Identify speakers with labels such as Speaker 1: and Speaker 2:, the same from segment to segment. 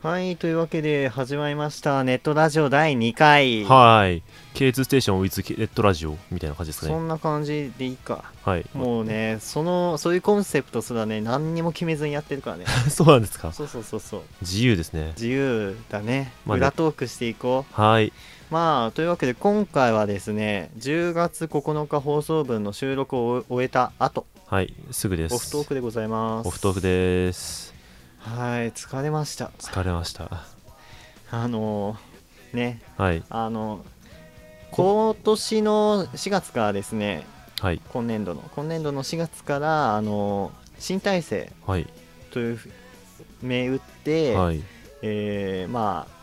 Speaker 1: はい、というわけで始まりました。ネットラジオ第2回。
Speaker 2: はい。K2 ステーション with ネットラジオみたいな感じですか
Speaker 1: そ
Speaker 2: ね。
Speaker 1: んな感じでいいか。
Speaker 2: はい。
Speaker 1: もうね、その、そういうコンセプトすらね、何にも決めずにやってるから ね。
Speaker 2: そうなんですか。
Speaker 1: そうそうそうそう。
Speaker 2: 自由ですね。
Speaker 1: 自由だね。
Speaker 2: まあね
Speaker 1: 裏トークしていこう。
Speaker 2: はい。
Speaker 1: まあ、というわけで今回はですね、10月9日放送分の収録を終えた後、
Speaker 2: はい。すぐです。
Speaker 1: オフトークでございます。
Speaker 2: オフトークです。
Speaker 1: はい、疲れました。
Speaker 2: 疲れました。
Speaker 1: あのー、ね、
Speaker 2: はい。
Speaker 1: あの、今年の4月からですね、
Speaker 2: はい。
Speaker 1: 今年度の今年度の4月からあの新体制
Speaker 2: はい。
Speaker 1: という銘打って、
Speaker 2: はい。
Speaker 1: えーまあ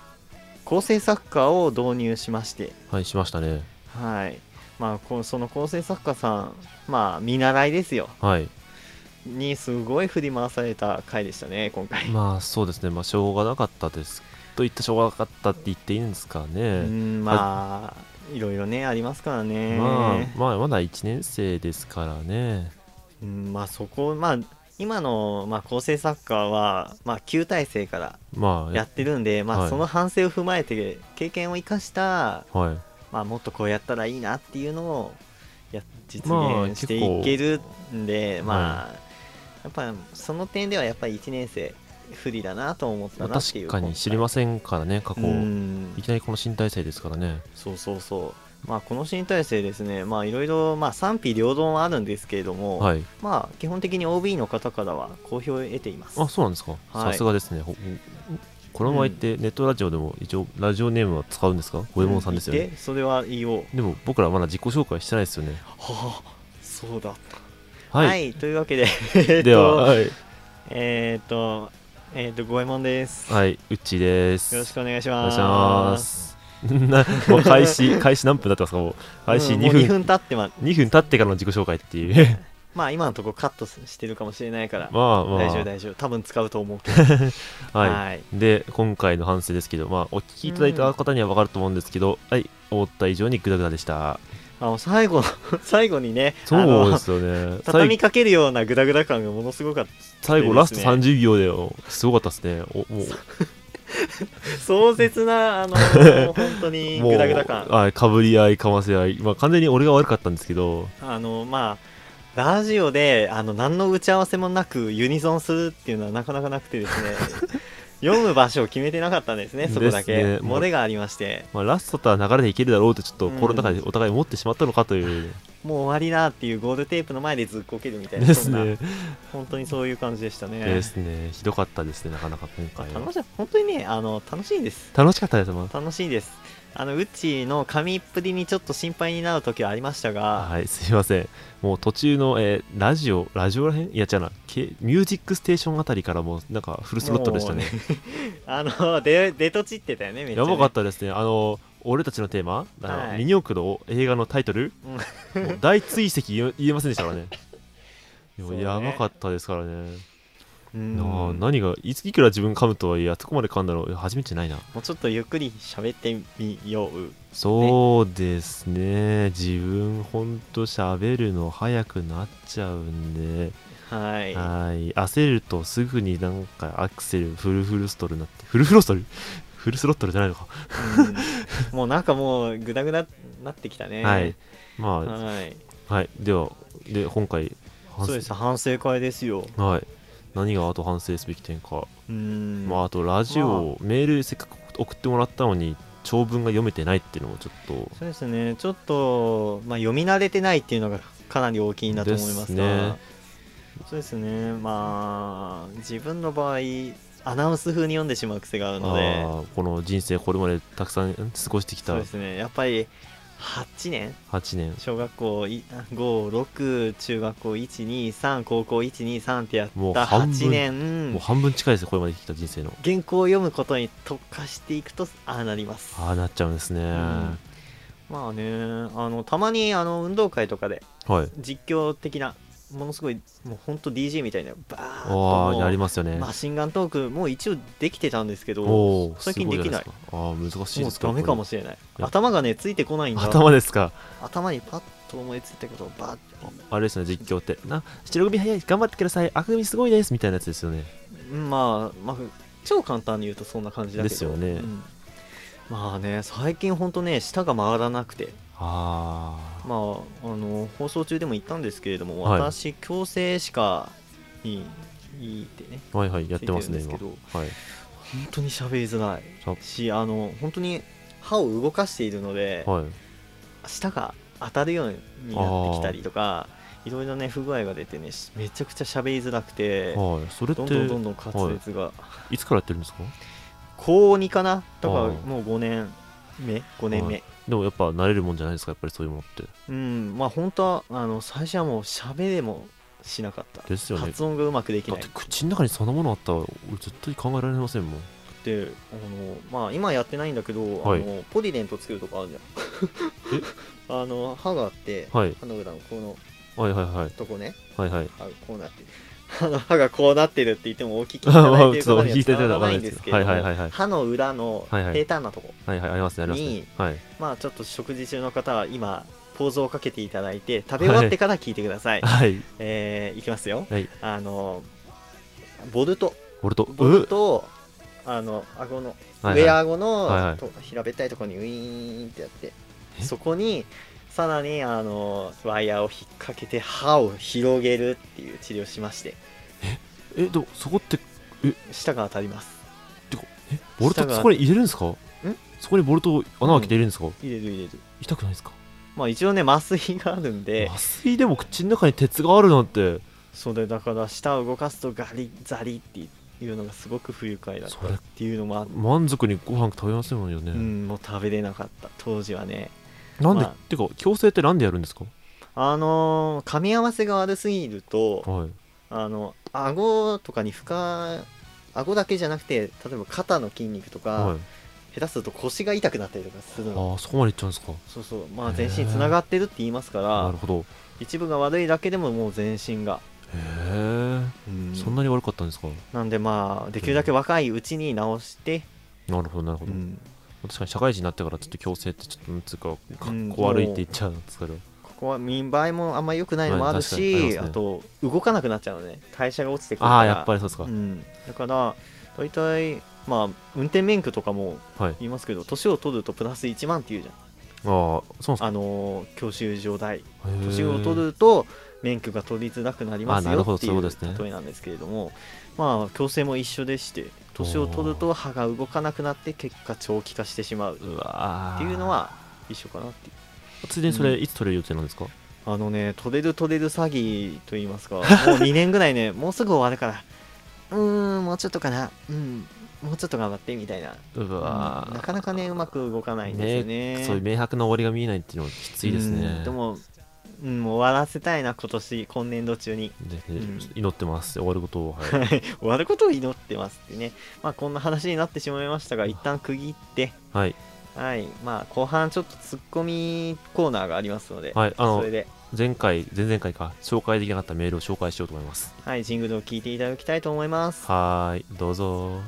Speaker 1: 構成作家を導入しまして
Speaker 2: はい。しましたね。
Speaker 1: はいまあこうその構成作家さんまあ見習いですよ
Speaker 2: はい。
Speaker 1: にすごい振り回された回でしたね今回、
Speaker 2: まあ、そうですね。まあ、しょうがなかったです。と言ったしょうがなかったって言っていいんですか
Speaker 1: う
Speaker 2: ね。
Speaker 1: んまあいろいろねありますからね、
Speaker 2: まあ、まあ、まだ1年生ですからね。
Speaker 1: うんまあそこまあ今の、まあ、構成作家は、まあ、旧体制から
Speaker 2: まあ、
Speaker 1: やってるんで、ま
Speaker 2: は
Speaker 1: あ、
Speaker 2: い
Speaker 1: その反省を踏まえて経験を生かした、
Speaker 2: はい。
Speaker 1: まあ、もっとこうやったらいいなっていうのをや実
Speaker 2: まあ
Speaker 1: 現して
Speaker 2: 結構
Speaker 1: いけるんで、まあやっぱその点ではやっぱり1年生不利だなと思った
Speaker 2: まあ
Speaker 1: なってい
Speaker 2: 確
Speaker 1: う、
Speaker 2: かに知りませんからね、過去
Speaker 1: 今。回うん
Speaker 2: いきなりこの新体制ですからね。
Speaker 1: そうそうそう、まあ、この新体制ですねまあいろいろまあ賛否両論はあるんですけれども、
Speaker 2: はい。
Speaker 1: まあ基本的に OB の方からは好評を得ています
Speaker 2: あそうなんですか、
Speaker 1: はい
Speaker 2: さすがですねほほこの前ってネットラジオでも一応ラジオネームは使うんですか五右衛門さんですよ
Speaker 1: う
Speaker 2: ね、
Speaker 1: でそれは言おう
Speaker 2: でも僕らまだ自己紹介してないですよね
Speaker 1: はあそうだった
Speaker 2: はい、
Speaker 1: はい、というわ けで、えっ
Speaker 2: では
Speaker 1: と、
Speaker 2: はい、
Speaker 1: えっと、えっと、五右衛門です。よ
Speaker 2: はい、うっちーです
Speaker 1: ろしく
Speaker 2: お
Speaker 1: お願いし
Speaker 2: 願
Speaker 1: ま
Speaker 2: い
Speaker 1: す。
Speaker 2: します なもう開始開始何分だってますかもう開始
Speaker 1: うん
Speaker 2: 2
Speaker 1: もう
Speaker 2: 分、
Speaker 1: 2分経ってま、
Speaker 2: 2分経ってからの自己紹介っていう
Speaker 1: まあ今のところカットしてるかもしれないから、
Speaker 2: まあまあ
Speaker 1: 大丈夫大丈夫、多分使うと思うけど。
Speaker 2: はい、
Speaker 1: はい
Speaker 2: で今回の反省ですけどまあお聞きいただいた方には分かると思うんですけど、はい思った以上にグダグダでした
Speaker 1: あの最後の、 最後にね、あ
Speaker 2: そうで
Speaker 1: の、
Speaker 2: すよね
Speaker 1: 畳みかけるようなグダグダ感がものすごかった。
Speaker 2: 最後ラスト
Speaker 1: ですね
Speaker 2: 30秒でよすごかったですねおもう
Speaker 1: 壮絶な、 あの、もう本当に
Speaker 2: もう
Speaker 1: グダグダ感。
Speaker 2: はい、かぶり合いかませ合い、まあ、完全に俺が悪かったんですけど
Speaker 1: あの、まあ、ラジオであの何の打ち合わせもなくユニゾンするっていうのはなかなかなくてですね 読む場所を決めてなかったんですねそこだけ、
Speaker 2: ですね
Speaker 1: 漏れがありまして
Speaker 2: まあ、ラストとは流れでいけるだろうとちょっと
Speaker 1: うん
Speaker 2: 心の中でお互い思ってしまったのかという、
Speaker 1: もう終わりだっていうゴールテープの前でずっこけるみたいな
Speaker 2: です
Speaker 1: そんな
Speaker 2: ね
Speaker 1: 本当にそういう感じでしたね
Speaker 2: ですねひどかったですねなかなか今回は
Speaker 1: 楽しい本当にねあの楽しいです
Speaker 2: 楽しかったですもん
Speaker 1: 楽しいですあのうちの紙っぷりにちょっと心配になる時はありましたが、
Speaker 2: はいすいませんもう途中の、えーラジオラジオらへんいや違うなけミュージックステーションあたりからもうなんかフルスロットルでしたね
Speaker 1: もあの出出とちってたよねめっちゃ
Speaker 2: や
Speaker 1: ね、
Speaker 2: ばかったですねあの俺たちのテーマあの、
Speaker 1: はい
Speaker 2: ミニオクの映画のタイ トルもう大追跡言え言えませんでしたからねでも
Speaker 1: そうね
Speaker 2: やばかったですからね、
Speaker 1: うん
Speaker 2: なあ
Speaker 1: も
Speaker 2: 何がいついくら自分噛むとはいえあそこまで噛んだの初めてないな
Speaker 1: うちょっとゆっくり喋ってみよう
Speaker 2: そうですね自分ほんと喋るの早くなっちゃうんで、
Speaker 1: はい
Speaker 2: はい焦るとすぐになんかアクセルフルフルストルになってフルフロストルフルスロットルじゃないのか、
Speaker 1: うんもうなんかもうグダグダなってきたね。
Speaker 2: はいまあ、
Speaker 1: はい。
Speaker 2: はい、では、で、今回、反
Speaker 1: そうです反省会ですよ。
Speaker 2: はい。何があと反省すべき点か。
Speaker 1: うん。
Speaker 2: まあ、あと、ラジオ、メールせっかく送ってもらったのに、長文が読めてないっていうのもちょっと、
Speaker 1: そうですね。ちょっとまあ読み慣れてないっていうのがかなり大きいなと思います
Speaker 2: です
Speaker 1: が
Speaker 2: ね。
Speaker 1: そうですね。まあ自分の場合アナウンス風に読んでしまう癖があるので、
Speaker 2: あーこの人生、これまでたくさんん過ごしてき
Speaker 1: そう
Speaker 2: た
Speaker 1: ですね。やっぱり8年
Speaker 2: 8年、
Speaker 1: 小学校56中学校123高校123ってやっ
Speaker 2: もう
Speaker 1: た
Speaker 2: 半分
Speaker 1: 8年
Speaker 2: もう半分近いですよ、これまで生きた人生の。
Speaker 1: 原稿を読むことに特化していくとああなります
Speaker 2: ああ、なっちゃうんですね。
Speaker 1: んまあねあのたまにあの運動会とかで
Speaker 2: はい。
Speaker 1: 実況的なものすごいもうほんと DJ みたいなバーッと
Speaker 2: あ
Speaker 1: もう
Speaker 2: あ、ありますよね。
Speaker 1: マシンガントークもう一応できてたんですけども
Speaker 2: おお、
Speaker 1: 最近できない
Speaker 2: すごじゃですかああ、難しいうですか。
Speaker 1: ダメかも
Speaker 2: こ
Speaker 1: しれない
Speaker 2: や
Speaker 1: 頭がねついてこないん
Speaker 2: れ
Speaker 1: だ頭
Speaker 2: 頭ですか。
Speaker 1: にパッと思いついたことをバーッと
Speaker 2: あれですね、実況って。な、白組早い、頑張ってください、赤組すごいです、みたいなやつですよね。
Speaker 1: うんまあまあ超簡単に言うとそんな感じだけど
Speaker 2: ですよね
Speaker 1: うんまあね最近ほんとね舌が回らなくて
Speaker 2: ああ、
Speaker 1: まああの放送中でも言ったんですけれども
Speaker 2: はい
Speaker 1: 私矯正歯科にいいてね
Speaker 2: はいはいやってますね
Speaker 1: ついて
Speaker 2: 今
Speaker 1: るんです
Speaker 2: はい
Speaker 1: 本当に喋りづらい
Speaker 2: さ
Speaker 1: しあの本当に歯を動かしているので、
Speaker 2: はい
Speaker 1: 舌が当たるようになってきたりとかいろいろね不具合が出てねしめちゃくちゃ喋りづらくて
Speaker 2: はいそれって
Speaker 1: どんどんどんどん滑舌が、
Speaker 2: いつからやってるんですか
Speaker 1: 高2かなだから
Speaker 2: あー
Speaker 1: もう5年目5年目、
Speaker 2: はでもやっぱ慣れるもんじゃないですかやっぱりそういうものって
Speaker 1: うんまあ本当はあの最初はもう喋れもしなかった
Speaker 2: ですよね
Speaker 1: 発音がうまくでき
Speaker 2: だ
Speaker 1: な
Speaker 2: っ
Speaker 1: い
Speaker 2: て口の中にそんなものあったら俺絶対考えられませんもん
Speaker 1: であの、まあ、今やってないんだけど、
Speaker 2: はい
Speaker 1: あのポリデント作るとこあるじゃ んあの歯があって、
Speaker 2: はい
Speaker 1: 歯の裏のこの
Speaker 2: はいはいはい
Speaker 1: とこね
Speaker 2: はいはい
Speaker 1: 歯こうなってるあの歯がこうなってるって言ってもお聞きいただいてる方には
Speaker 2: 聞いてい
Speaker 1: 伝
Speaker 2: ただいてる方には伝わら
Speaker 1: わら
Speaker 2: な
Speaker 1: ないい
Speaker 2: ん
Speaker 1: ん
Speaker 2: で
Speaker 1: ですす
Speaker 2: け
Speaker 1: け
Speaker 2: ど
Speaker 1: れ
Speaker 2: は
Speaker 1: ど
Speaker 2: いはいはいは
Speaker 1: も
Speaker 2: い
Speaker 1: 歯の裏の
Speaker 2: はいはい
Speaker 1: 平坦なとこ、
Speaker 2: はいはいありますねありますね
Speaker 1: に
Speaker 2: はい
Speaker 1: まあちょっと食事中の方は今ポーズをかけていただいて食べ終わってから聞いてください、
Speaker 2: はい
Speaker 1: えーいきますよ
Speaker 2: はい
Speaker 1: あのボルト
Speaker 2: 俺と
Speaker 1: ボ
Speaker 2: う
Speaker 1: ルトをあの顎の
Speaker 2: はい
Speaker 1: 上
Speaker 2: は
Speaker 1: 顎
Speaker 2: はいは
Speaker 1: の
Speaker 2: い
Speaker 1: と平べったいところにウィーンってやって
Speaker 2: え
Speaker 1: そこにさらにあのワイヤーを引っ掛けて歯を広げるっていう治療をしまして
Speaker 2: いえでもそこって
Speaker 1: 舌が当たります
Speaker 2: てかえボルト
Speaker 1: 下が
Speaker 2: そこに入れるんですかそこにボルトを穴開けて入れるんですか
Speaker 1: 入れる入れる
Speaker 2: 痛くないですか
Speaker 1: まあ一応ね麻酔があるんで
Speaker 2: 麻酔でも口の中に鉄があるなんて
Speaker 1: それだから舌を動かすとガリザリっていうのがすごく不愉快だった
Speaker 2: それ
Speaker 1: っていうのもあって
Speaker 2: 満足にご飯食べませんもんよね、
Speaker 1: うんもう食べれなかった当時はね
Speaker 2: なんで、
Speaker 1: まあ
Speaker 2: てか矯正ってなんでやるんですか
Speaker 1: あのー噛み合わせが悪すぎると
Speaker 2: はい
Speaker 1: あの顎とかに負荷顎だけじゃなくて例えば肩の筋肉とか、
Speaker 2: はい
Speaker 1: 下手すると腰が痛くなったりとかするの
Speaker 2: ああそこまでいっちゃうんですか
Speaker 1: そうそうまあ全身つながってるって言いますか
Speaker 2: な
Speaker 1: ら
Speaker 2: るほど
Speaker 1: 一部が悪いだけでももう全身が、
Speaker 2: へえ、そんなに悪かったんですか
Speaker 1: なんでまあできるだけ若いうちに治して、
Speaker 2: なるほどなるほど、確かに社会人になってからちょっと矯正ってちょっとなんつうかかっこ悪いって言っちゃうんですけど、
Speaker 1: ここは見栄えもあんま良くないのもあるし、
Speaker 2: はい確かにありま
Speaker 1: あ
Speaker 2: すね
Speaker 1: と動かなくなっちゃうのね代謝が落ちてくるから
Speaker 2: ああやっぱりそうですか、
Speaker 1: うん、だから大体まあ運転免許とかも
Speaker 2: はい
Speaker 1: 言いますけど年を取るとプラス1万っていうじゃん
Speaker 2: ああそうなん
Speaker 1: あのー教習所代
Speaker 2: です
Speaker 1: 年
Speaker 2: か
Speaker 1: を取
Speaker 2: る
Speaker 1: ると免許が取りづらくなります
Speaker 2: あなる
Speaker 1: よ
Speaker 2: ほど
Speaker 1: ってい
Speaker 2: そういううことですね
Speaker 1: 例えなんですけれどもまあ矯正も一緒でして年を取ると歯が動かなくなって結果長期化してしまうっ
Speaker 2: うわ
Speaker 1: ていうのは一緒かなっていう
Speaker 2: ついでにそれ
Speaker 1: うん
Speaker 2: いつ取れる予定なんですか、
Speaker 1: あのね取れる取れる詐欺と言い ますかもう2年ぐらいねもうすぐ終わるからうーんもうちょっとかなうんもうちょっと頑張ってみたいな
Speaker 2: うわー
Speaker 1: なかなかねうまく動かないんですよね
Speaker 2: そういう明白な終わりが見えないっていうのはきついですね
Speaker 1: うんでも、うん、もう終わらせたいな今年今年度中に
Speaker 2: で
Speaker 1: うん
Speaker 2: 祈ってます終わることを、はい
Speaker 1: 終わることを祈ってますってねまあこんな話になってしまいましたが一旦区切って
Speaker 2: はい、
Speaker 1: はいまあ後半ちょっとツッコミコーナーがありますので、
Speaker 2: はい、あ
Speaker 1: そ
Speaker 2: の
Speaker 1: れで
Speaker 2: 前回前々回か紹介できなかったメールを紹介しようと思います
Speaker 1: はいジングルを聞いていただきたいと思います
Speaker 2: はーいどうぞ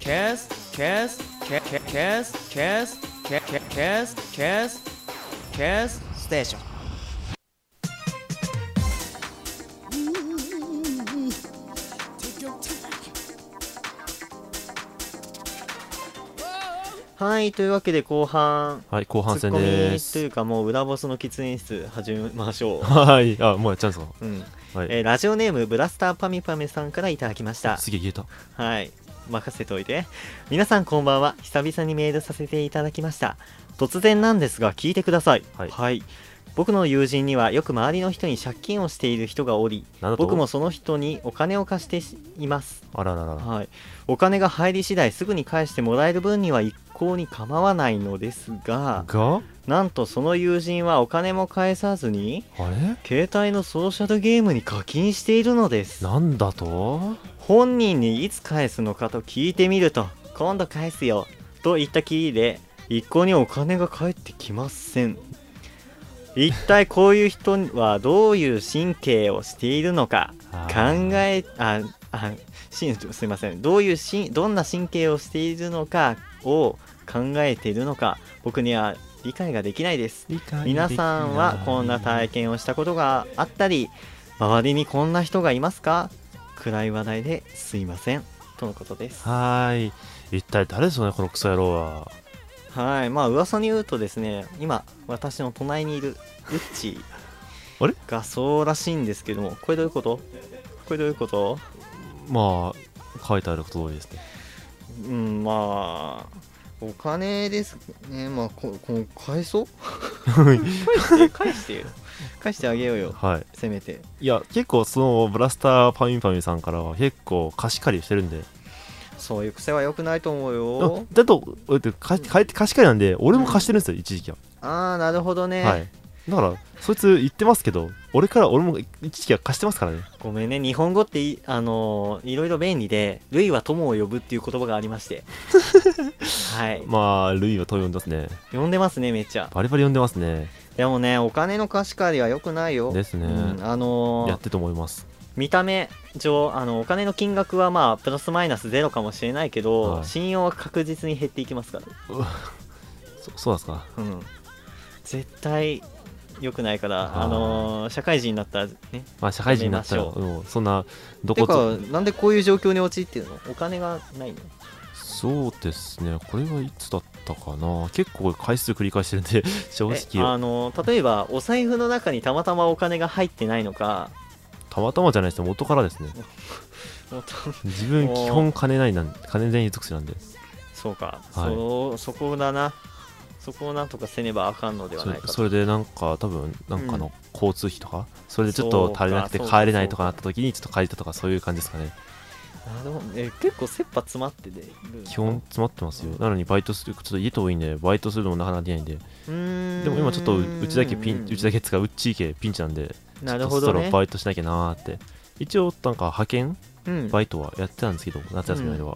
Speaker 3: キャスキャスキャキャキャスキャスキャキャキャスキャスキャスステーション
Speaker 1: はいというわけで後半
Speaker 2: はい後半
Speaker 1: ツッ
Speaker 2: 戦
Speaker 1: コ
Speaker 2: で
Speaker 1: ミとい
Speaker 2: す
Speaker 1: うかもう裏ボスの喫煙室始めましょ
Speaker 2: はいあもうやっちゃうんです
Speaker 1: う、うん
Speaker 2: かはい、
Speaker 1: えーラジオネームブラスターパミパミさんからいただきました
Speaker 2: すげえ言えた
Speaker 1: はい任せといて皆さんこんばんは久々にメールさせていただきました突然なんですが聞いてください
Speaker 2: はい
Speaker 1: 僕の友人にはよく周りの人に借金をしている人がおり
Speaker 2: なんだと
Speaker 1: 僕もその人にお金を貸しています
Speaker 2: あらららら
Speaker 1: はいお金が入り次第すぐに返してもらえる分には一向に構わないのですが
Speaker 2: が
Speaker 1: なんとその友人はお金も返さずに
Speaker 2: あれ
Speaker 1: 携帯のソーシャルゲームに課金しているのです
Speaker 2: なんだと
Speaker 1: 本人にいつ返すのかと聞いてみると今度返すよと言ったきりで一向にお金が返ってきません一体こういう人はどういう神経をしているのか
Speaker 2: あ
Speaker 1: 考
Speaker 2: ー
Speaker 1: えああしすいませんどういうしどんな神経をしているのかを考えているのか僕には理解ができないです
Speaker 2: 理解できない
Speaker 1: 皆さんはこんな体験をしたことがあったり周りにこんな人がいますか暗い話題ですいませんとのことです
Speaker 2: はーい一体誰ですかねこのクソ野郎は
Speaker 1: はいまあ噂に言うとですね今私の隣にいるウッ チ
Speaker 2: あれ
Speaker 1: がそうらしいんですけどもこれどういうことこれどういうこと
Speaker 2: まあ書いてあること多いですね
Speaker 1: うんまあお金ですねまあここ返そう 返して返してよ返してあげようよ
Speaker 2: はい
Speaker 1: せめて
Speaker 2: いや結構そのブラスターパミュパミュさんからは結構貸し借りしてるんで
Speaker 1: そういう癖は良くないと思う
Speaker 2: あ
Speaker 1: よ
Speaker 2: だとだって貸し借り貸し借りなんで俺も貸してるんですよ一時期は
Speaker 1: ああなるほどね、
Speaker 2: はいだからそいつ言ってますけど俺から俺も一時期は貸してますからね
Speaker 1: ごめんね日本語ってい,、あのーいろいろ便利で「類は友を呼ぶ」っていう言葉がありまして はい
Speaker 2: まあルイは問い呼んでますね
Speaker 1: 呼んでますねめっちゃ
Speaker 2: バリバリ呼んでますね
Speaker 1: でもねお金の貸し借りは良くないよ
Speaker 2: ですね
Speaker 1: うんあの
Speaker 2: や
Speaker 1: ー
Speaker 2: ってと思います
Speaker 1: 見た目上あのお金の金額はまあプラスマイナスゼロかもしれないけど、
Speaker 2: はい
Speaker 1: 信用は確実に減っていきますから
Speaker 2: そそうなんですか
Speaker 1: うん絶対良くないから
Speaker 2: はい
Speaker 1: あのー社会人になったらね
Speaker 2: まあ社会人になったら
Speaker 1: やめま
Speaker 2: うんそんなど
Speaker 1: て
Speaker 2: こ
Speaker 1: か
Speaker 2: と
Speaker 1: なんでこういう状況に陥ってるのお金がないの
Speaker 2: そうですねこれはいつだったかな結構回数繰り返してるんで正
Speaker 1: え
Speaker 2: 直
Speaker 1: あの例えばお財布の中にたまたまお金が入ってないのか
Speaker 2: たまたまじゃないですね元からですね
Speaker 1: もっと
Speaker 2: 自分
Speaker 1: おー
Speaker 2: 基本金ないなん金全員属性なんで
Speaker 1: そうか、
Speaker 2: はい
Speaker 1: そうそこだなそこをなんとかせねばあかんのでは
Speaker 2: そ
Speaker 1: ない
Speaker 2: れ
Speaker 1: かと
Speaker 2: それでなんか多分なんかあの、
Speaker 1: うん
Speaker 2: 交通費とかそれでちょっ
Speaker 1: そう
Speaker 2: と
Speaker 1: か
Speaker 2: 足りなくて
Speaker 1: そうか
Speaker 2: 帰れないとかなった時にちょっと借りたとかそういう感じですかね
Speaker 1: あでもえ結構切羽詰まってで
Speaker 2: 基本詰まってますよなのにバイトするちょっと家遠いんでバイトするのもなかなかできないんでで
Speaker 1: で
Speaker 2: も今ちょっとうちだけピンうちだ
Speaker 1: け
Speaker 2: け使ううち系ピンチなんで
Speaker 1: なる
Speaker 2: ちょ
Speaker 1: ほ
Speaker 2: っと
Speaker 1: ど
Speaker 2: そろそろ
Speaker 1: ね
Speaker 2: バイトしなきゃなーって一応なんか派遣
Speaker 1: うん
Speaker 2: バイトはやってたんですけど夏休みの間は、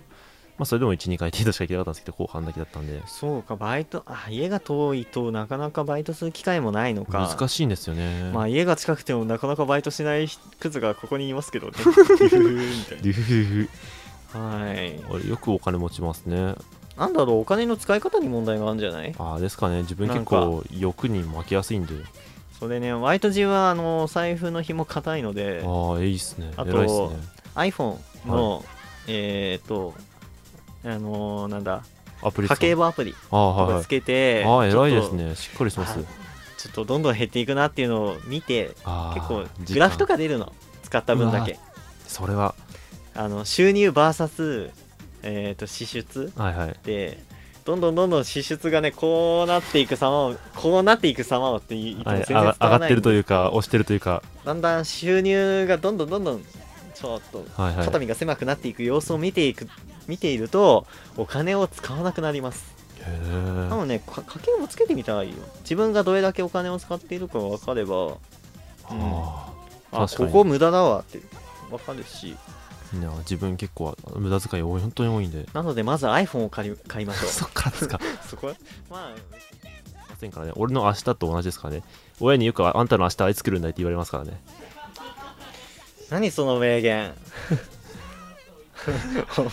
Speaker 2: まあそれでも12回程度しか行けなかったんですけど後半だけだったんで
Speaker 1: そうかバイトあ家が遠いとなかなかバイトする機会もないのか
Speaker 2: 難しいんですよね
Speaker 1: まあ家が近くてもなかなかバイトしないクズがここにいますけど ねみたい
Speaker 2: ルフフ
Speaker 1: なはい
Speaker 2: フ俺よくお金持ちますね
Speaker 1: なんだろうお金の使い方に問題があるんじゃない
Speaker 2: ああですかね自分結
Speaker 1: な
Speaker 2: 構欲に負けやすいんで
Speaker 1: それね割と自分はあの財布の紐硬いので
Speaker 2: ああいいっすね
Speaker 1: あと
Speaker 2: 偉いっすね
Speaker 1: iPhone の、えーっとあのーなんだ
Speaker 2: アプリ
Speaker 1: 家
Speaker 2: 使う
Speaker 1: 計簿アプリ
Speaker 2: ああ
Speaker 1: と
Speaker 2: はい、
Speaker 1: か
Speaker 2: はい
Speaker 1: つ、けて、
Speaker 2: ああ
Speaker 1: ちょっ
Speaker 2: 偉い
Speaker 1: と
Speaker 2: ですねしっかりしてます
Speaker 1: はいちょっとどんどん減っていくなっていうのを見て
Speaker 2: ああ
Speaker 1: 結構グラフと
Speaker 2: か
Speaker 1: か出るの使った分だけ
Speaker 2: それは
Speaker 1: あの収入 VS、えーっと支出
Speaker 2: はいはい
Speaker 1: でどんどんどんどん支出がねこうなっていく様をこうなっていく様をって言っても
Speaker 2: はい
Speaker 1: 全然
Speaker 2: 上
Speaker 1: 伝わ
Speaker 2: が上
Speaker 1: ら
Speaker 2: が
Speaker 1: ない
Speaker 2: って
Speaker 1: ん
Speaker 2: ると
Speaker 1: で
Speaker 2: いうか押してるというか
Speaker 1: だんだん収入がどんどんどんどんちょっと
Speaker 2: はいはい
Speaker 1: 肩身が狭くなっていく様子を見ていく見ているとお金を使わなくなります
Speaker 2: へ
Speaker 1: な
Speaker 2: え
Speaker 1: のでか家計もつけてみたらいいよ自分がどれだけお金を使っているか分かれば
Speaker 2: あ
Speaker 1: あ
Speaker 2: 確か
Speaker 1: こ
Speaker 2: に
Speaker 1: こ無駄だわって分かるし
Speaker 2: あいや自分結構無駄遣い多い本当に多いんで
Speaker 1: なのでまず iPhone を借り買いましょ
Speaker 2: そっからで すか
Speaker 1: うそこはまあ
Speaker 2: ませんからね俺の明日と同じですからね親によくああんたの明日あいつ来るんだいって言われま すからね
Speaker 1: 何その名言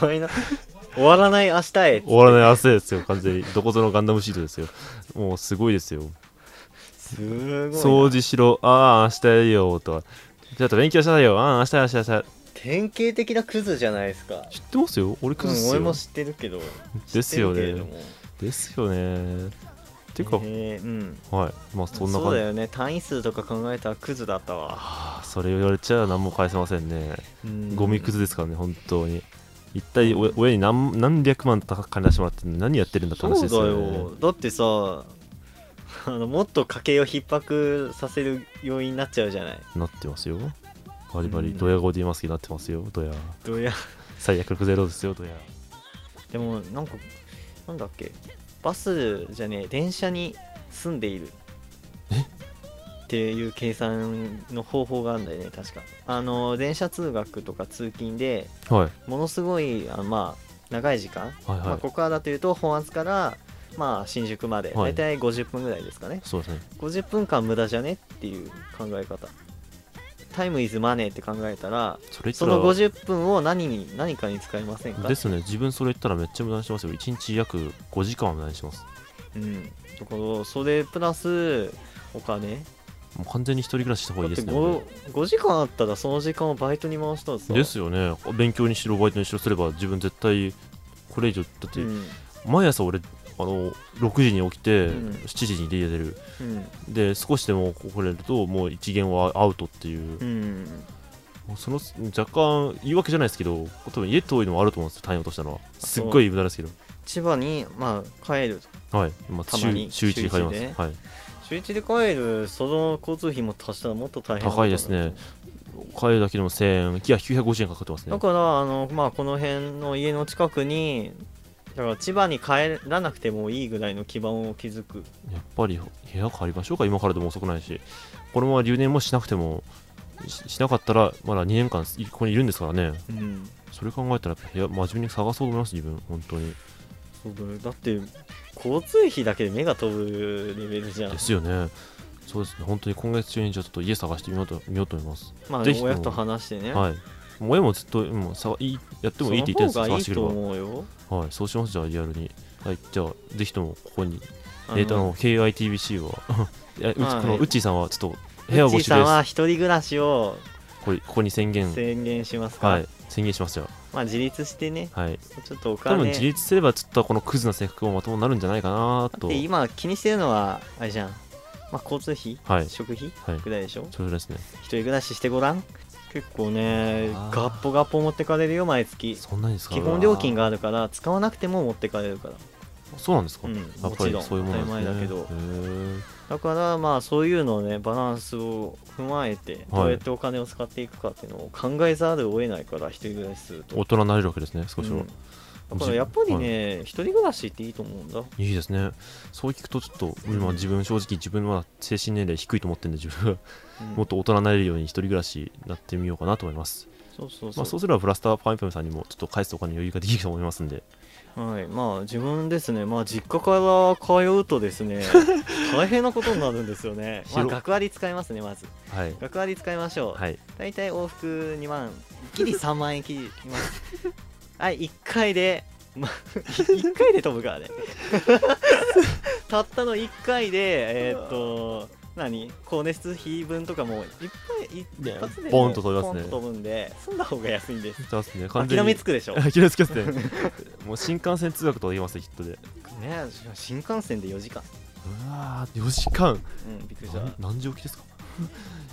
Speaker 1: お前の終わらない明日へ
Speaker 2: 終わらない明日ですよ完全にどこぞのガンダムシートですよもうすごいですよ
Speaker 1: すご
Speaker 2: 掃
Speaker 1: いな
Speaker 2: 除しろああ明日やるよとちょっと勉強しなさいよああ明日明日明日
Speaker 1: 典型的なクズじゃないですか
Speaker 2: 知ってますよ俺クズっ
Speaker 1: う
Speaker 2: す
Speaker 1: ん、
Speaker 2: よ、
Speaker 1: 俺も知ってるけど
Speaker 2: ですよ
Speaker 1: 知ってるけれど
Speaker 2: ね
Speaker 1: も
Speaker 2: ですよねてか、
Speaker 1: えーうん
Speaker 2: はいまあそんな
Speaker 1: そ
Speaker 2: 感
Speaker 1: う
Speaker 2: じ
Speaker 1: だよね単位数とか考えたらクズだったわ、
Speaker 2: ああそれ言われちゃ何も返せませんね
Speaker 1: うん
Speaker 2: ゴミくずですからね本当に一体お親に何何百万とか金出してもらって何やってるんだって
Speaker 1: そ
Speaker 2: 話
Speaker 1: う
Speaker 2: です
Speaker 1: だ
Speaker 2: よ、ね、
Speaker 1: よだってさ あのもっと家計を逼迫させる要因になっちゃうじゃない
Speaker 2: なってますよバリバ
Speaker 1: う
Speaker 2: リ
Speaker 1: ん
Speaker 2: ドヤ語で言いますけどなってますよドヤ
Speaker 1: どうや
Speaker 2: 最悪ゼロですよドヤ
Speaker 1: でもなんかなんだっけバスじゃねえ電車に住んでいるっていう計算の方法があるんだよね確かあの電車通学とか通勤で
Speaker 2: はい
Speaker 1: ものすごいあまあ長い時間、
Speaker 2: はい
Speaker 1: ま
Speaker 2: は
Speaker 1: あ、
Speaker 2: い
Speaker 1: ここからだというと本厚からまあ新宿まで、
Speaker 2: はい
Speaker 1: 大体50分ぐらいですかね
Speaker 2: そうですね
Speaker 1: 50分間無駄じゃねっていう考え方タイムイズマネーって考えたら
Speaker 2: それ言った
Speaker 1: そ
Speaker 2: ら
Speaker 1: の50分を何に何かに使いませんか
Speaker 2: ですね自分それ言ったらめっちゃ無駄にしてますよ1日約5時間は無駄にしてます
Speaker 1: うんだからそれプラスお金
Speaker 2: もう完全に一人暮らしした方がいい
Speaker 1: だ
Speaker 2: で
Speaker 1: って
Speaker 2: すね
Speaker 1: 5, 5時間あったらその時間をバイトに回したらさ
Speaker 2: ですよね勉強にしろバイトにしろすれば自分絶対これ以上だって、
Speaker 1: うん
Speaker 2: 毎朝俺あの6時に起きて、
Speaker 1: うん
Speaker 2: 7時に家出る
Speaker 1: うん
Speaker 2: で少しでも来れるともう一元はアウトっていう
Speaker 1: う、ん
Speaker 2: その若干言い訳じゃないですけど多分家遠いのもあると思うんですよ単位落としたのはすっごい無駄ですけど
Speaker 1: 千葉にまあ帰る
Speaker 2: はい、まあ、
Speaker 1: たまに
Speaker 2: 週週1で帰ります、
Speaker 1: 週一で
Speaker 2: はい、
Speaker 1: 週一で帰るその交通費も足したらもっと大変なこと
Speaker 2: 高いですね帰るだけでも1000円いや950円かかってますね
Speaker 1: だからあの、まあ、この辺の家の近くにだから千葉に帰らなくてもいいぐらいの基盤を築く
Speaker 2: やっぱり部屋借りましょうか、今からでも遅くないし、このまま留年もしなくても、ししなかったら、まだ2年間、いここにいるんですからね、
Speaker 1: うん
Speaker 2: それ考えたら、やっぱ部屋、真面目に探そうと思います、自分、本当に。
Speaker 1: そうだよだって交通費だけで目が飛ぶレベルじゃん
Speaker 2: で、すよね、そうですね、本当に今月中に、じゃあちょっと家探してみようとみようと思います。
Speaker 1: まあ、
Speaker 2: ぜひとも
Speaker 1: 親と話してね、
Speaker 2: はいもう親もずっともうさいいやってもいいって言って
Speaker 1: そ
Speaker 2: た
Speaker 1: の方
Speaker 2: ん
Speaker 1: がい
Speaker 2: で
Speaker 1: い
Speaker 2: す探
Speaker 1: と
Speaker 2: して
Speaker 1: 思うよ
Speaker 2: くればはいそうしますじゃあリアルにはいじゃあぜひともここに
Speaker 1: あ
Speaker 2: えーとあの KITBC はいやうち
Speaker 1: まあね
Speaker 2: このうっちーさんはちょっと
Speaker 1: う
Speaker 2: 部屋を
Speaker 1: っち
Speaker 2: 募
Speaker 1: ー
Speaker 2: 集
Speaker 1: さん
Speaker 2: で
Speaker 1: は一人暮らしを
Speaker 2: すこれここに宣言
Speaker 1: 宣言しますから、
Speaker 2: はい宣言しますじゃ
Speaker 1: まあ自立してね
Speaker 2: あはい
Speaker 1: ちょっとお
Speaker 2: 多分
Speaker 1: 金
Speaker 2: 自立すればちょっとこのクズな性格もまともになるんじゃないかなと
Speaker 1: で今気にしてるのはあれじゃん、まあ、交通費、
Speaker 2: はい
Speaker 1: 食費
Speaker 2: はい
Speaker 1: ぐらいでしょ
Speaker 2: それですね
Speaker 1: 一人暮らししてごらん結構ね
Speaker 2: あー
Speaker 1: ガッポガッポ持ってかれるよ毎月
Speaker 2: そんなにですか
Speaker 1: 基本料金があるから使わなくても持ってかれるから
Speaker 2: そうなんですか、
Speaker 1: うん
Speaker 2: や
Speaker 1: も
Speaker 2: っぱ
Speaker 1: ちろ
Speaker 2: り
Speaker 1: ん
Speaker 2: そ
Speaker 1: 当
Speaker 2: ういうも
Speaker 1: たり
Speaker 2: のな
Speaker 1: 前
Speaker 2: んで
Speaker 1: だ
Speaker 2: すね
Speaker 1: けど
Speaker 2: へえ
Speaker 1: だからまあそういうのねバランスを踏まえてどうやってお金を使っていくかっていうのを考えざるを得ないから一人暮らしすると
Speaker 2: 大人になれるわけですね少しは、
Speaker 1: うんだからやっぱりね、一人暮らしっていいと思うんだ
Speaker 2: いいですねそう聞くとちょっと今自分正直自分は精神年齢低いと思ってるんで自分は
Speaker 1: うん
Speaker 2: もっと大人になれるように一人暮らしになってみようかなと思います
Speaker 1: そうそう
Speaker 2: ま
Speaker 1: そ
Speaker 2: あ、そううすればフラスターパンプムさんにもちょっと返すお金に余裕ができると思いますんで
Speaker 1: はいまあ自分ですねまあ実家から通うとです ね大変なことになるんですよねまあ
Speaker 2: 広
Speaker 1: 学割使いますねまず
Speaker 2: はい
Speaker 1: 学割使いましょう、
Speaker 2: はい
Speaker 1: 大体往復2万きり3万円きりいます はい1回で、ま、1回で飛ぶからね たったの1回でえーっと何光熱費分とかもいっぱい一
Speaker 2: ね
Speaker 1: 発で
Speaker 2: ボンと飛びますね
Speaker 1: ポンと飛ぶんで済んだ方が安いんです
Speaker 2: そうですね完全
Speaker 1: 諦め
Speaker 2: に
Speaker 1: つく でしょね
Speaker 2: 諦めつきますねもう新幹線通学とかできますねきっとで
Speaker 1: 新幹線で4時間
Speaker 2: うわー4時間
Speaker 1: うんびっくりした
Speaker 2: 何何時起きですか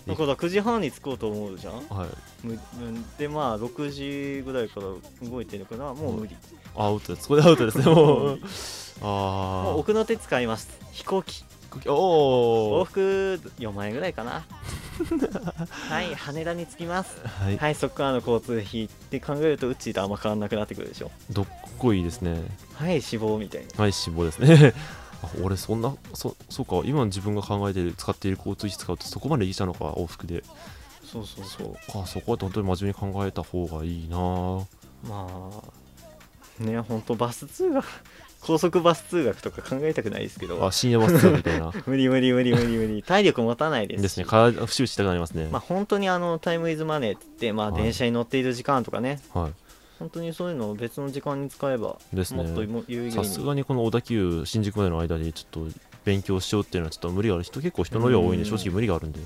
Speaker 1: だから9時半に着こうと思うじゃん
Speaker 2: はい
Speaker 1: むむでまあ6時ぐらいから動いてるからもう無理
Speaker 2: あアウトですそこでアウトですねもう
Speaker 1: もう
Speaker 2: あ
Speaker 1: 奥の手使います飛行機
Speaker 2: あ
Speaker 1: 往
Speaker 2: おお
Speaker 1: 復4万円ぐらいか なはい羽田に着きます
Speaker 2: はい
Speaker 1: はいそこからの交通費って考えるとうちとあんま変わんなくなってくるでしょ
Speaker 2: どっこいいですね
Speaker 1: はい死亡みたいな
Speaker 2: はい死亡ですね あ俺そんなそそうか今の自分が考えてる使っている交通費使うとそこまでいいたのか往復で
Speaker 1: そうそうそう
Speaker 2: あそこは本当に真面目に考えた方がいいなぁ
Speaker 1: まあねほんとバス通学 高速バス通学とか考えたくないですけど
Speaker 2: あ深夜バスツアーみたいな
Speaker 1: 無理無理無理無理無理体力持たないです
Speaker 2: ですね体が不周知したくなりますね、
Speaker 1: まあ本当にあのタイムイズマネーって言って、まあ、
Speaker 2: はい
Speaker 1: 電車に乗っている時間とかね
Speaker 2: はい
Speaker 1: 本当にそういうのを別の時間に使えば
Speaker 2: ですね
Speaker 1: もっと有意義
Speaker 2: さ
Speaker 1: に
Speaker 2: すがにこの小田急新宿までの間でちょっと勉強しようっていうのはちょっと無理がある人結構人の量多いんで
Speaker 1: うん
Speaker 2: 正直無理があるんで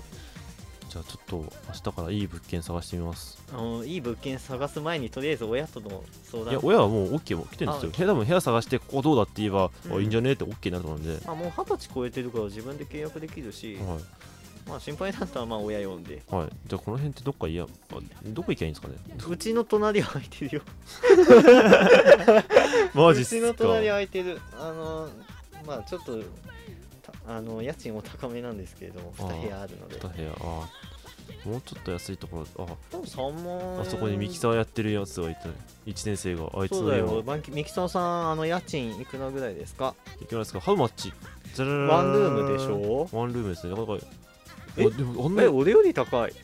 Speaker 2: じゃあちょっと明日からいい物件探してみます
Speaker 1: あのいい物件探す前にとりあえず親との相
Speaker 2: いや
Speaker 1: 談
Speaker 2: 親はもう OK も来てるんですよ多分部屋探してここどうだって言えば、
Speaker 1: うん
Speaker 2: あいいんじゃねえって OK になると思うんで、
Speaker 1: まあ、もう二十歳超えてるから自分で契約できるし、
Speaker 2: はい
Speaker 1: まあ、心配だったらまあ親呼んで
Speaker 2: はい、じゃあこの辺ってどっかいやあどこ行きゃいいんですか ね
Speaker 1: うちの隣は空いてるよ
Speaker 2: マジ
Speaker 1: う
Speaker 2: っ
Speaker 1: ち
Speaker 2: す
Speaker 1: の
Speaker 2: か
Speaker 1: 隣は空いてるあのまあちょっとたあの家賃も高めなんですけれども
Speaker 2: あー
Speaker 1: 2部屋あるので
Speaker 2: 2部屋ああもうちょっと安いところあ
Speaker 1: 3万円
Speaker 2: あそこにミキサーやってるやつがいたね1年生があいつ
Speaker 1: そう
Speaker 2: の
Speaker 1: だ
Speaker 2: 家
Speaker 1: よ
Speaker 2: を
Speaker 1: マキミキサーさんあの家賃いくらぐらいですか
Speaker 2: いきますかハウマッチワ
Speaker 1: ワンルームでしょ
Speaker 2: ワンルームですねなかなか
Speaker 1: え
Speaker 2: あでもあんな
Speaker 1: え
Speaker 2: え
Speaker 1: 俺より高い
Speaker 2: え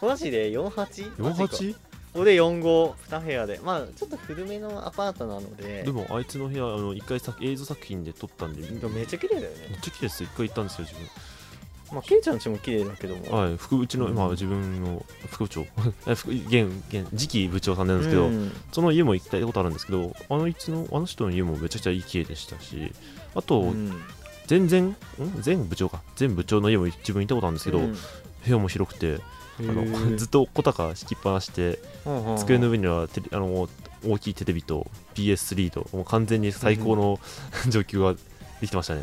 Speaker 1: マジで 48?
Speaker 2: 四
Speaker 1: マジか
Speaker 2: 48?
Speaker 1: 俺452部屋でまあちょっと古めのアパートなので
Speaker 2: でもあいつの部屋あの一回さ映像作品で撮ったんでめっ
Speaker 1: でもめっちゃ綺麗だよね
Speaker 2: ちゃ綺麗ですよ一回行ったんですよ自分
Speaker 1: まあケイちゃんちも綺麗だけども
Speaker 2: はい、副部長の、
Speaker 1: うん
Speaker 2: まあ、自分の副 部長え副現現次期部長さんなんですけど、
Speaker 1: うん
Speaker 2: その家も行ったことあるんですけどあのいつのあの人の家もめちゃくちゃいい家でしたしあと、
Speaker 1: うん
Speaker 2: 全然ん前部長か前部長の家も自分行ったことあるんですけど、
Speaker 1: うん
Speaker 2: 部屋も広くてあの、
Speaker 1: へえ
Speaker 2: ずっと小高敷きっぱなしで
Speaker 1: うんうんうん
Speaker 2: 机の上にはテレあの大きいテレビと PS3 ともう完全に最高の状況ができてましたね、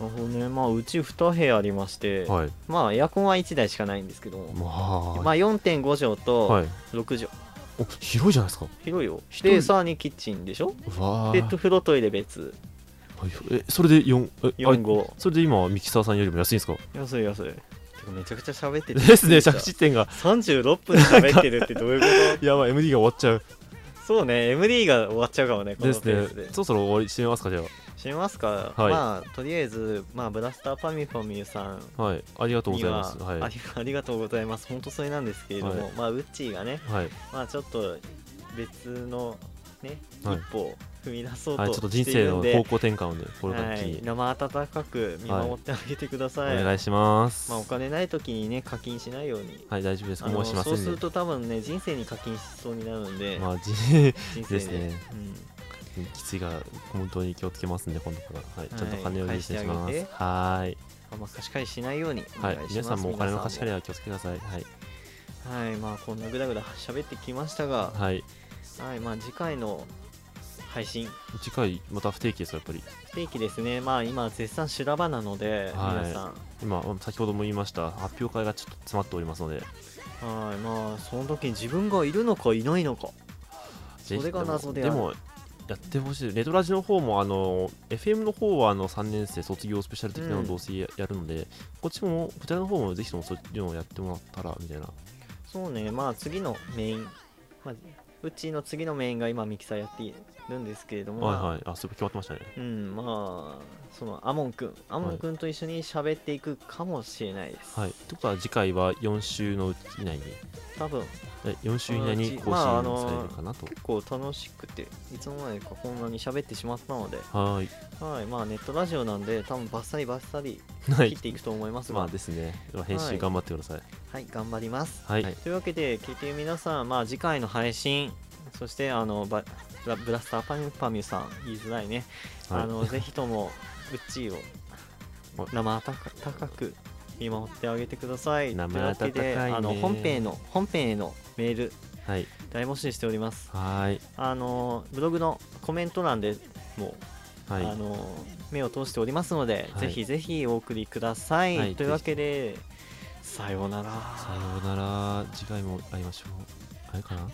Speaker 1: なるほどねまあうち2部屋ありまして、
Speaker 2: はい
Speaker 1: まあエアコンは1台しかないんですけども
Speaker 2: まあ、
Speaker 1: まあ4.5畳
Speaker 2: は
Speaker 1: と
Speaker 2: い、
Speaker 1: 6畳、
Speaker 2: お広いじゃないですか
Speaker 1: 広いよ
Speaker 2: 一人
Speaker 1: でさらにキッチンでしょ
Speaker 2: うわ
Speaker 1: で
Speaker 2: ー
Speaker 1: 風呂トイレ別
Speaker 2: はいえそれで4え
Speaker 1: 4
Speaker 2: あ
Speaker 1: 号
Speaker 2: それで今ミキサーさんよりも安いんですか
Speaker 1: 安い安いてかめちゃくちゃ喋ってて
Speaker 2: ですね着地点が
Speaker 1: 36分喋ってるってどういうこ
Speaker 2: やばい MD が終わっちゃう
Speaker 1: とそうね MD が終わっちゃうかもねこ
Speaker 2: で
Speaker 1: の
Speaker 2: す
Speaker 1: ペースで
Speaker 2: ねそろそろ終わりしてみますかじゃ
Speaker 1: しますか、
Speaker 2: はい
Speaker 1: まあとりあえず、まあ、ブラスターパミュパミュさん
Speaker 2: あはいありがとうご
Speaker 1: に
Speaker 2: ざい
Speaker 1: は
Speaker 2: ますはい
Speaker 1: ありありがとうございます本当それなんですけれども、
Speaker 2: は
Speaker 1: まあウッチーがね
Speaker 2: はい
Speaker 1: まあちょっと別のね、
Speaker 2: はい
Speaker 1: 一歩を踏み出そう
Speaker 2: はい、
Speaker 1: と
Speaker 2: ちょっと
Speaker 1: し
Speaker 2: 人
Speaker 1: てい
Speaker 2: 生
Speaker 1: る
Speaker 2: の
Speaker 1: ん
Speaker 2: 方
Speaker 1: で、
Speaker 2: 向転換をね、これから
Speaker 1: は
Speaker 2: 機
Speaker 1: い、
Speaker 2: に、
Speaker 1: 生温かく見守ってあげてください、
Speaker 2: お願いします。
Speaker 1: まあ、お金ない時にね課金しないように
Speaker 2: はい、大丈夫です。
Speaker 1: あの
Speaker 2: もうしませ
Speaker 1: そ
Speaker 2: ん
Speaker 1: う
Speaker 2: ね。
Speaker 1: すると多分ね人生に課金しそうになるんで、
Speaker 2: まあ、じ
Speaker 1: 人生
Speaker 2: ですね
Speaker 1: うん
Speaker 2: きついが本当に気をつけますんで、今度から。はい、
Speaker 1: はい
Speaker 2: ちゃんと金を用意してしま
Speaker 1: 返してあ
Speaker 2: す
Speaker 1: げ。て
Speaker 2: はーい。
Speaker 1: あんま貸し借りしないようにお
Speaker 2: は
Speaker 1: 願
Speaker 2: い
Speaker 1: いします、、
Speaker 2: 皆さんもお金の貸し借り
Speaker 1: り
Speaker 2: は気をつけてください。はい。
Speaker 1: はいまあこんなぐだぐだ 喋ってきましたが、
Speaker 2: はい。
Speaker 1: はいまあ、次回の配信
Speaker 2: 次回、また不定期ですか、やっぱり。
Speaker 1: 不定期ですねまあ今絶賛修羅場なので、
Speaker 2: はい
Speaker 1: 皆さん
Speaker 2: 今、先ほども言いました、発表会がちょっと詰まっておりますので、
Speaker 1: はいまあその時に自分がいるのかいないのか
Speaker 2: ぜひ
Speaker 1: それが謎であ
Speaker 2: で
Speaker 1: る
Speaker 2: も、でもやってほしい。レトラジの方も、あの、FM の方は、あの、3年生卒業スペシャル的なの
Speaker 1: う
Speaker 2: を
Speaker 1: ん
Speaker 2: どうせややるので、こっちも、こちらの方もぜひともそういうのをやってもらったら、みたいな。
Speaker 1: そうねまあ次のメイン、まあ、うちの次のメインが今ミキサーやっているんですけれども、
Speaker 2: はいはい。あ、それ決まってましたね。
Speaker 1: うんまあそのアモンくんアモンくんと一緒に喋っていくかもしれないです、
Speaker 2: はい。ということは、次回は4週のうち以内に、
Speaker 1: 多分
Speaker 2: え4週以内に更新
Speaker 1: まああ
Speaker 2: さ
Speaker 1: の
Speaker 2: れるかなと。
Speaker 1: 結構楽しくていつの間にかこんなに喋ってしまったので
Speaker 2: はーい。
Speaker 1: はいまあネットラジオなんで多分バッサリバッサリ
Speaker 2: は
Speaker 1: 切
Speaker 2: い
Speaker 1: っ。ていくと思いますが、
Speaker 2: まあ
Speaker 1: はい、
Speaker 2: ですね。まあ編
Speaker 1: は
Speaker 2: 集
Speaker 1: い
Speaker 2: 頑張ってください。
Speaker 1: 頑張ります
Speaker 2: はい。
Speaker 1: というわけで聞いてる皆さんまあ次回の配信そしてあのバブラブラスターパミュパミュさん言いづらいね、
Speaker 2: はい
Speaker 1: あのぜひともうっちーを
Speaker 2: はい
Speaker 1: 生温か高く見守ってあげてください
Speaker 2: 生温
Speaker 1: というわけで
Speaker 2: かいね
Speaker 1: あの本編の本編へのメール
Speaker 2: はい。
Speaker 1: 大募集しております
Speaker 2: はーい。
Speaker 1: あのブログのコメント欄でも
Speaker 2: はい。
Speaker 1: あの目を通しておりますので、
Speaker 2: はい
Speaker 1: ぜひぜひお送りください、
Speaker 2: はい
Speaker 1: というわけでさようなら
Speaker 2: さようなら。次回も会いましょう。あれかな